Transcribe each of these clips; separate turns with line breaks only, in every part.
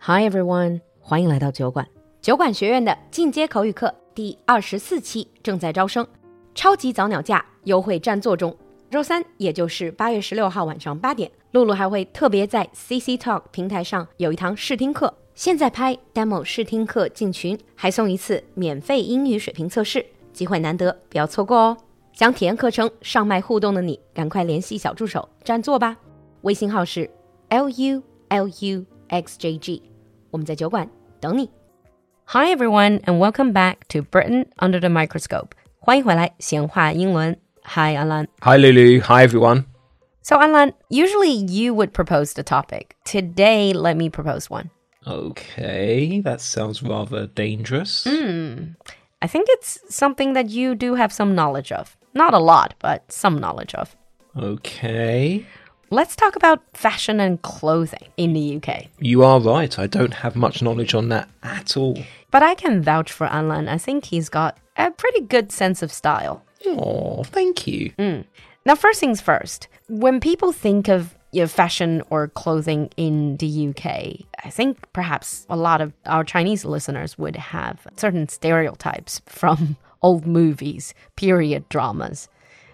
Hi everyone，欢迎来到酒馆。酒馆学院的进阶口语课第二十四期正在招生，超级早鸟价优惠占座中。周三，也就是八月十六号晚上八点，露露还会特别在 CC Talk 平台上有一堂试听课，现在拍 demo 试听课进群，还送一次免费英语水平测试，机会难得，不要错过哦。想体验课程上麦互动的你，赶快联系小助手占座吧。微信号是 l u l u x j g，我们在酒馆等你。Hi everyone and welcome back to Britain under the microscope，欢迎回来，闲话英文。Hi Alan。
Hi, Lulu. Hi, everyone.
So, Alan, usually you would propose the topic. Today, let me propose one.
Okay, that sounds rather dangerous.
I think it's something that you do have some knowledge of. Not a lot, but some knowledge of.
Okay.
Let's talk about fashion and clothing in the UK.
You are right. I don't have much knowledge on that at all.
But I can vouch for Alan. I think he's got a pretty good sense of style.
Oh, thank you.
Now, first things first, when people think of you know, fashion or clothing in the UK, I think perhaps a lot of our Chinese listeners would have certain stereotypes from old movies, period dramas,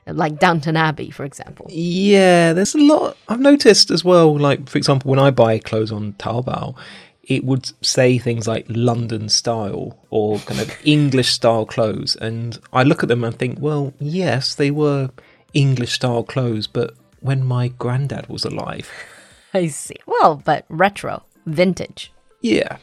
like Downton Abbey, for example.
Yeah, there's a lot. I've noticed as well, like, for example, when I buy clothes on Taobao, it would say things like London style or kind of English style clothes. And I look at them and think, well, yes, they were English style clothes, but when my granddad was alive.
I see. Well, but retro, vintage.
Yeah.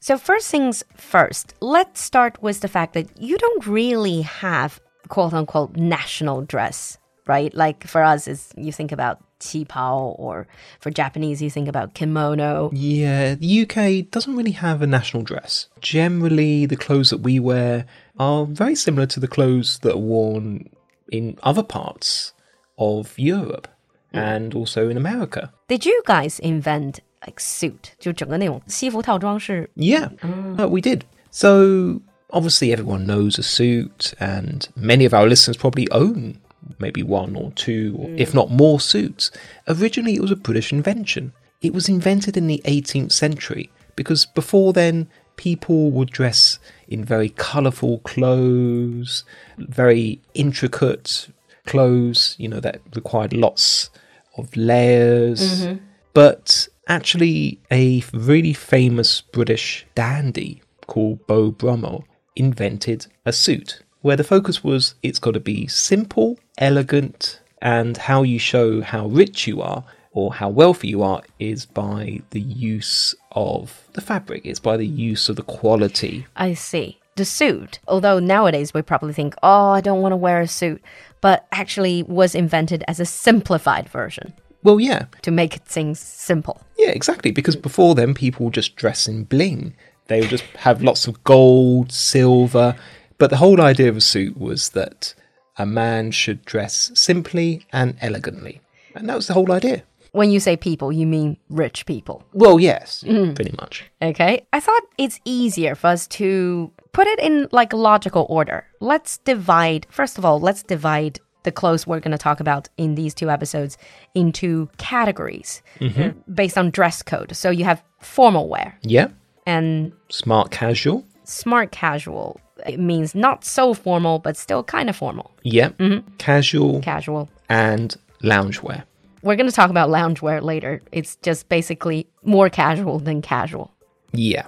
So, first things first, let's start with the fact that you don't really have quote unquote national dress, right? Like for us, is you think about qipao, or for Japanese, you think about kimono.
Yeah, the UK doesn't really have a national dress. Generally, the clothes that we wear are very similar to the clothes that are worn in other parts of Europe and also in America.
Did you guys invent like suit? 就整个那种西服套装是
Yeah, uh, we did. So, obviously, everyone knows a suit, and many of our listeners probably own maybe one or two, or if not more, suits. Originally, it was a British invention. It was invented in the 18th century because before then, people would dress in very colourful clothes, very intricate clothes, you know, that required lots of layers. But actually, a really famous British dandy called Beau Brummel invented a suit where the focus was it's got to be simple, elegant, and how you show how rich you are or how wealthy you are is by the use of the fabric, it's by the use of the quality.
I see. The suit, although nowadays we probably think, oh, I don't want to wear a suit, but actually was invented as a simplified version
Well, yeah,
to make things simple.
Yeah, exactly. Because before then, people would just dress in bling. They would just have lots of gold, silver. But the whole idea of a suit was that a man should dress simply and elegantly. And that was the whole idea.
When you say people, you mean rich people.
Well, yes, Mm-hmm. pretty much.
Okay. I thought it's easier for us to put it in like logical order. Let's divide, first of all, let's divide the clothes we're going to talk about in these two episodes into categories uh, based on dress code. So you have formal wear
Yeah,
and
smart casual.
smart casual. It means not so formal, but still kind of formal.
Yeah, casual
Casual.
and loungewear.
We're going to talk about loungewear later. It's just basically more casual than casual.
Yeah.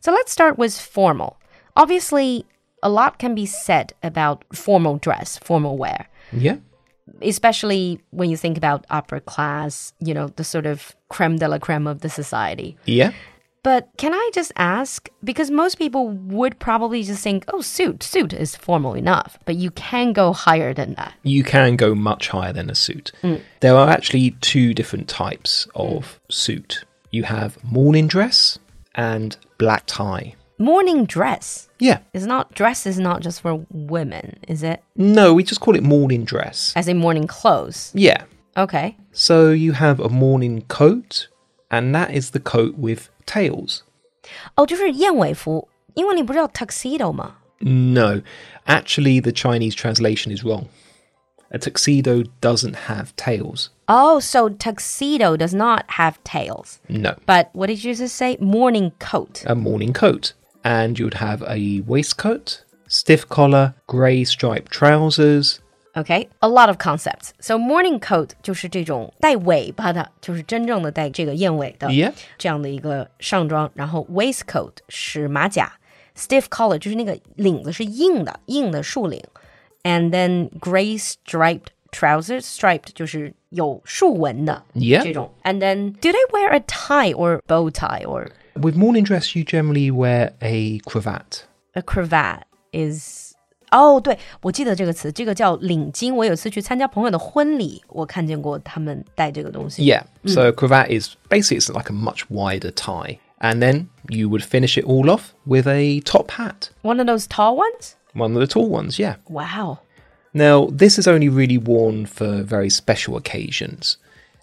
So let's start with formal. Obviously, a lot can be said about formal dress, formal wear,
Yeah.
especially when you think about upper class, you know, the sort of creme de la creme of the society.
Yeah.
But can I just ask? Because most people would probably just think, oh, suit, suit is formal enough, but you can go higher than that.
you can go much higher than a suit. There are actually two different types of suit. You have morning dress and black tie.
Morning dress
Yeah.
is not, dress is not just for women, is it?
No, we just call it morning dress.
As in morning clothes.
Yeah.
Okay.
So you have a morning coat, and that is the coat with tails.
哦，就是燕尾服，英文里不是叫 tuxedo 吗？
No, actually, the Chinese translation is wrong. A tuxedo doesn't have tails.
Oh, so tuxedo does not have tails.
No,
But what did you just say? Morning coat.
a morning coat. And you would have a waistcoat, stiff collar, grey striped trousers.
Okay, a lot of concepts. So morning coat 就是这种带尾巴的，就是真正的带这个燕尾的
Yeah.
这样的一个上装。然后 waistcoat 是马甲，stiff collar 就是那个领子是硬的，硬的树领。And then gray striped trousers, striped 就是有竖纹的
Yeah.
这种。And then do they wear a tie or bow tie or
With morning dress, you generally wear a cravat.
a cravat is 哦、对，我记得这个词，这个叫领巾。我有一次去参加朋友的婚礼，我看见过他们戴这个东西。
Yeah. So a cravat is basically it's like a much wider tie. And then you would finish it all off with a top hat,
One of those tall ones.
one of the tall ones. Yeah.
Wow.
Now, this is only really worn for very special occasions,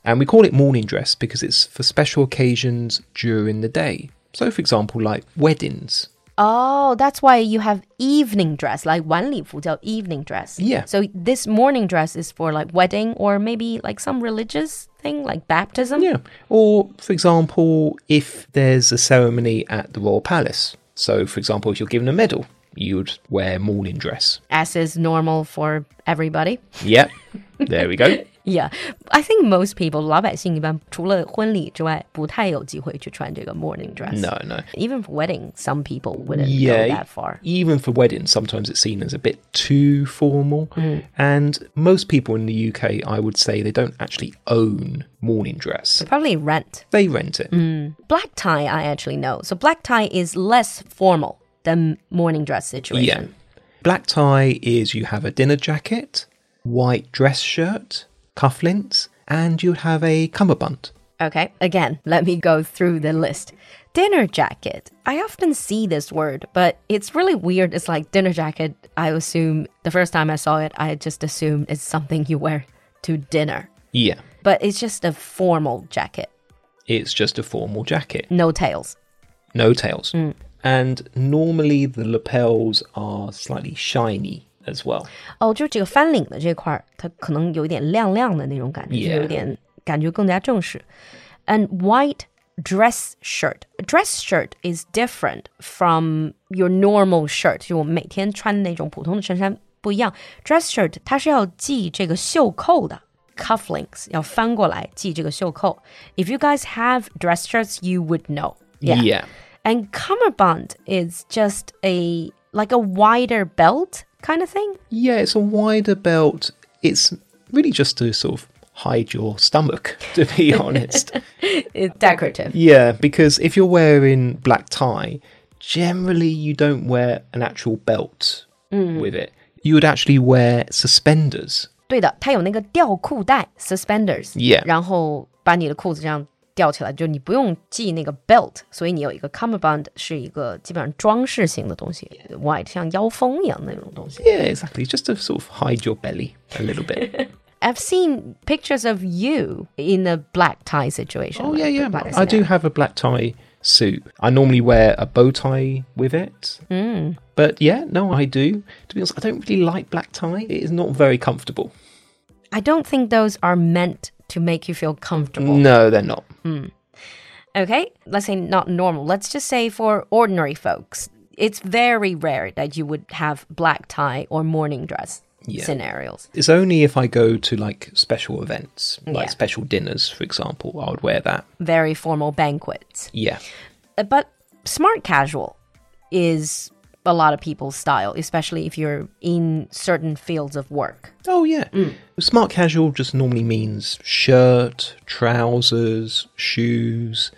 and we call it morning dress because it's for special occasions during the day. So, for example, like weddings.
Oh, that's why you have evening dress, like 晚礼服叫 evening dress.
Yeah.
So this morning dress is for like wedding or maybe like some religious thing like baptism.
Yeah. Or, for example, if there's a ceremony at the Royal Palace. So, for example, if you're given a medal, you would wear morning dress.
As is normal for everybody.
Yep. there we go.
Yeah, I think most people 老百姓一般除了婚礼之外，不太有机会去穿这个 morning dress。
No, no.
Even for wedding, some people wouldn't
Yeah.
go that far.
Even for weddings, sometimes it's seen as a bit too formal.
Mm.
And most people in the UK, I would say, they don't actually own morning dress.
Probably rent.
They rent it.
Mm. Black tie, I actually know. So black tie is less formal than morning dress situation.
Yeah. Black tie is you have a dinner jacket, white dress shirt, cufflinks, and you'd have a cummerbund.
Okay, again, let me go through the list. Dinner jacket. I often see this word, but it's really weird. It's like dinner jacket. I assume the first time I saw it, I just assumed it's something you wear to dinner.
Yeah.
But it's just a formal jacket.
It's just a formal jacket,
No tails.
no tails. And normally the lapels are slightly shiny as well.
哦，就是这个翻领的这块儿，它可能有一点亮亮的那种感觉
Yeah.
就有点感觉更加正式。And white dress shirt, A dress shirt is different from your normal shirt，就我们每天穿的那种普通的衬衫不一样。Dress shirt 它是要系这个袖扣的。Cufflinks 要翻过来系这个袖扣。If you guys have dress shirts, you would know. Yeah.
yeah.
And cummerbund is just a like a wider belt kind of thing.
Yeah, it's a wider belt. It's really just to sort of hide your stomach, to be honest.
It's decorative.
Yeah, because if you're wearing black tie, generally you don't wear an actual belt with it. You would actually wear suspenders.
对的，它有那个吊裤带 （suspenders）。
Yeah
然后把你的裤子这样吊起来，就你不用系那个 belt，所以你有一个 cummerbund 是一个基本上装饰型的东西，white 像腰封一样那种东西。
Yeah, exactly. Just to sort of hide your belly a little bit.
I've seen pictures of you in a black tie situation.
oh yeah,
like
yeah.
the black
I do
scenario.
have a black tie suit. I normally wear a bow tie with it.
Hmm.
But yeah, no, I do. To be honest, I don't really like black tie. It is not very comfortable.
I don't think those are meant to make you feel comfortable.
No, they're not.
Okay, let's say not normal. Let's just say for ordinary folks, it's very rare that you would have black tie or morning dress
Yeah.
scenarios.
It's only if I go to like special events, like
Yeah.
special dinners, for example, I would wear that.
Very formal banquets.
Yeah.
Uh, But smart casual is a lot of people's style, especially if you're in certain fields of work.
Oh, yeah. Smart casual just normally means shirt, trousers, shoes.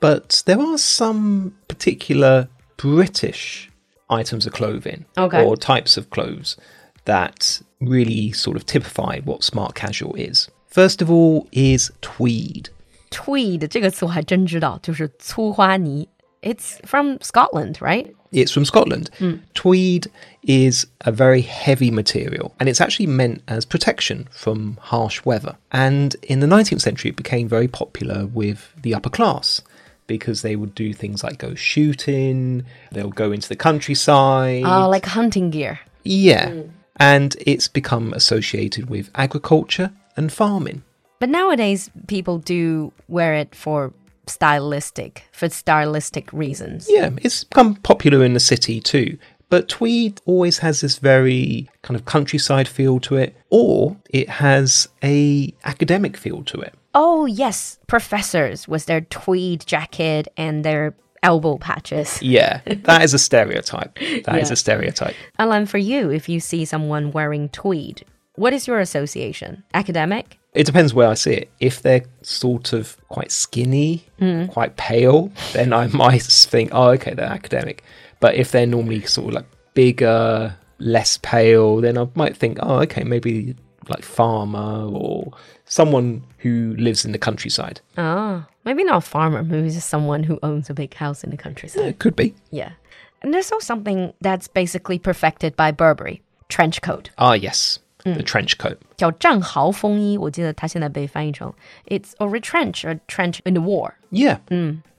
But there are some particular British items of clothing
Okay.
or types of clothes that really sort of typify what smart casual is. First of all, is tweed.
Tweed 这个词我还真知道，就是粗花呢。It's from Scotland, right?
It's from Scotland. Tweed is a very heavy material and it's actually meant as protection from harsh weather. And in the 19th century, it became very popular with the upper class because they would do things like go shooting, they'll go into the countryside.
Uh, like hunting gear.
yeah. And it's become associated with agriculture and farming.
But nowadays, people do wear it for stylistic, for stylistic reasons.
Yeah, it's become popular in the city too. But tweed always has this very kind of countryside feel to it, or it has a academic feel to it.
Oh, yes, professors with their tweed jacket and their elbow patches.
Yeah, that is a stereotype. That is
Yeah.
a stereotype.
Alan, for you, if you see someone wearing tweed, what is your association? Academic?
It depends where I see it. If they're sort of quite skinny, quite pale, then I might think, oh, okay, they're academic. But if they're normally sort of like bigger, less pale, then I might think, oh, okay, maybe like farmer or someone who lives in the countryside.
Ah, maybe not a farmer, maybe just someone who owns a big house in the countryside.
It could be.
Yeah. And there's also something that's basically perfected by Burberry trench coat.
Ah, yes, the trench coat.
叫战壕风衣，我记得它现在被翻译成It's a retrench or trench in the war.
Yeah.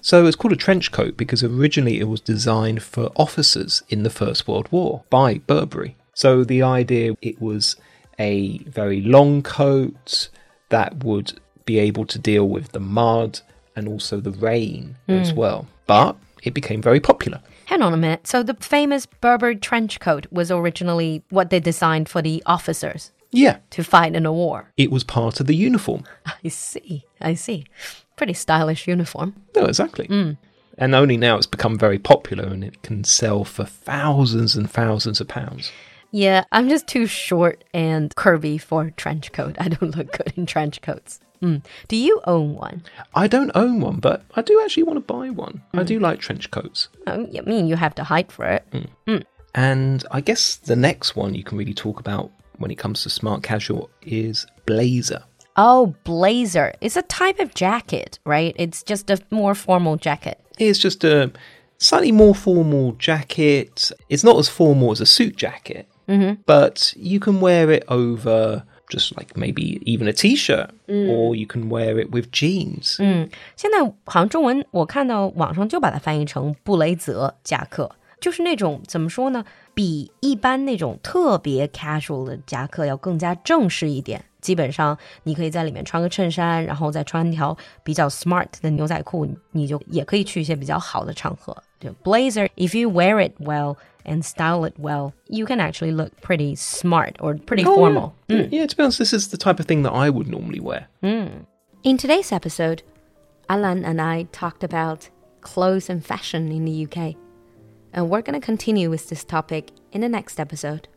So it's called a trench coat because originally it was designed for officers in the First World War by Burberry. So the idea it was a very long coat that would be able to deal with the mud and also the rain as well. But it became very popular.
Hang on a minute. So the famous Burberry trench coat was originally what they designed for the officers
Yeah.
to fight in a war.
It was part of the uniform.
I see. I see. Pretty stylish uniform.
No, exactly. And only now it's become very popular and it can sell for thousands and thousands of pounds.
Yeah, I'm just too short and curvy for trench coat. I don't look good in trench coats. Mm. Do you own one?
I don't own one, but I do actually want to buy one. I do like trench coats.
Oh, I mean, you have to hide for it.
And I guess the next one you can really talk about when it comes to smart casual is blazer.
Oh, blazer. It's a type of jacket, right? It's just a more formal jacket.
It's just a slightly more formal jacket. It's not as formal as a suit jacket, but you can wear it over just like maybe even a t shirt, or you can wear it with jeans.
现在好像中文我看到网上就把它翻译成布雷泽夹克，就是那种怎么说呢，比一般那种特别 casual 的夹克要更加正式一点。基本上你可以在里面穿个衬衫，然后再穿条比较 smart 的牛仔裤，你就也可以去一些比较好的场合。就 blazer, if you wear it well and style it well, you can actually look pretty smart or pretty formal.
Yeah, to be honest, this is the type of thing that I would normally wear.
In today's episode, Alan and I talked about clothes and fashion in the UK. And we're going to continue with this topic in the next episode.